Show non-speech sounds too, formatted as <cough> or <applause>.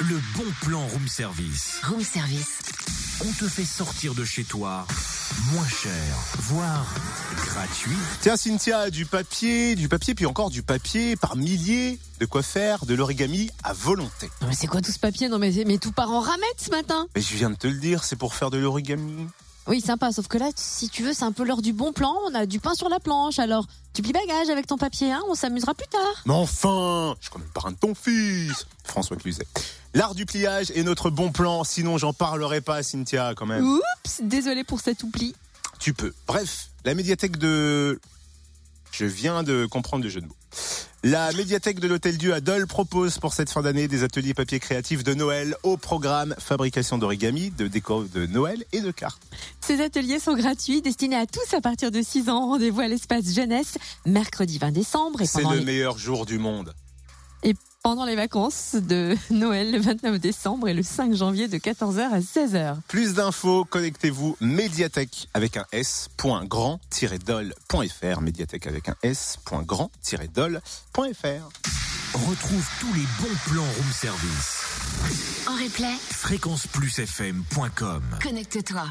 Le bon plan room service. Room service. On te fait sortir de chez toi moins cher, voire gratuit. Tiens Cynthia, du papier, du papier, puis encore du papier par milliers, de quoi faire de l'origami à volonté. Non mais c'est quoi tout ce papier Non mais, mais tout part en ramette ce matin. Mais je viens de te le dire, c'est pour faire de l'origami. Oui sympa, sauf que là si tu veux c'est un peu l'heure du bon plan, on a du pain sur la planche alors tu plies bagage avec ton papier, hein, on s'amusera plus tard. Mais enfin, je suis quand même le parrain de ton fils, François Cluzet. L'art du pliage est notre bon plan, sinon j'en parlerai pas Cynthia quand même. Oups, désolé pour cet oubli. Tu peux. Bref, la médiathèque de... Je viens de comprendre le jeu de mots. La médiathèque de l'Hôtel Dieu à Dole propose pour cette fin d'année des ateliers papier créatifs de Noël au programme fabrication d'origami, de décor de Noël et de cartes. Ces ateliers sont gratuits, destinés à tous à partir de 6 ans. Rendez-vous à l'espace jeunesse mercredi 20 décembre et C'est pendant, le les... meilleur jour du monde. et pendant les vacances de <laughs> Noël le 29 décembre et le 5 janvier de 14h à 16h. Plus d'infos, connectez-vous médiathèque avec un s.grand-dol.fr. Médiathèque avec un s.grand-dol.fr. Retrouve tous les bons plans room service. En replay, Fréquenceplusfm.com connecte-toi.